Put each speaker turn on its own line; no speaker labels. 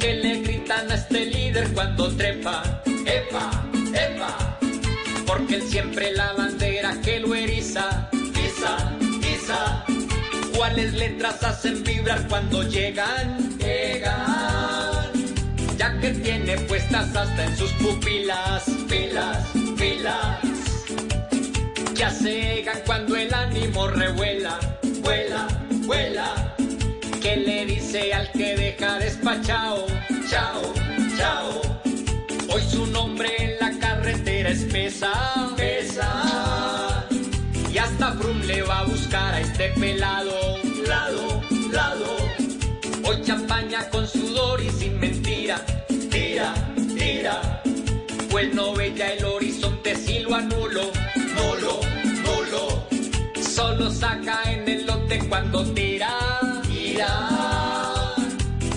que le gritan a este líder cuando trepa. ¡Epa! ¡Epa! Porque él siempre la bandera que lo eriza. ¡Iza! ¡Iza! ¿Cuáles letras hacen vibrar cuando llegan? ¡Llegan! Ya que tiene puestas hasta en sus pupilas. ¡Pilas! ¡Pilas! Que hacegan cuando el ánimo revuela. ¡Vuela! ¡Vuela! que le dice al que deja despachado, chao, chao. Hoy su nombre en la carretera es pesa, pesa. Y hasta Frum le va a buscar a este pelado, lado, lado. Hoy champaña con sudor y sin mentira, tira, tira. Pues no ve ya el horizonte si lo anulo, nulo, nulo. Solo saca en el lote cuando tira, tira.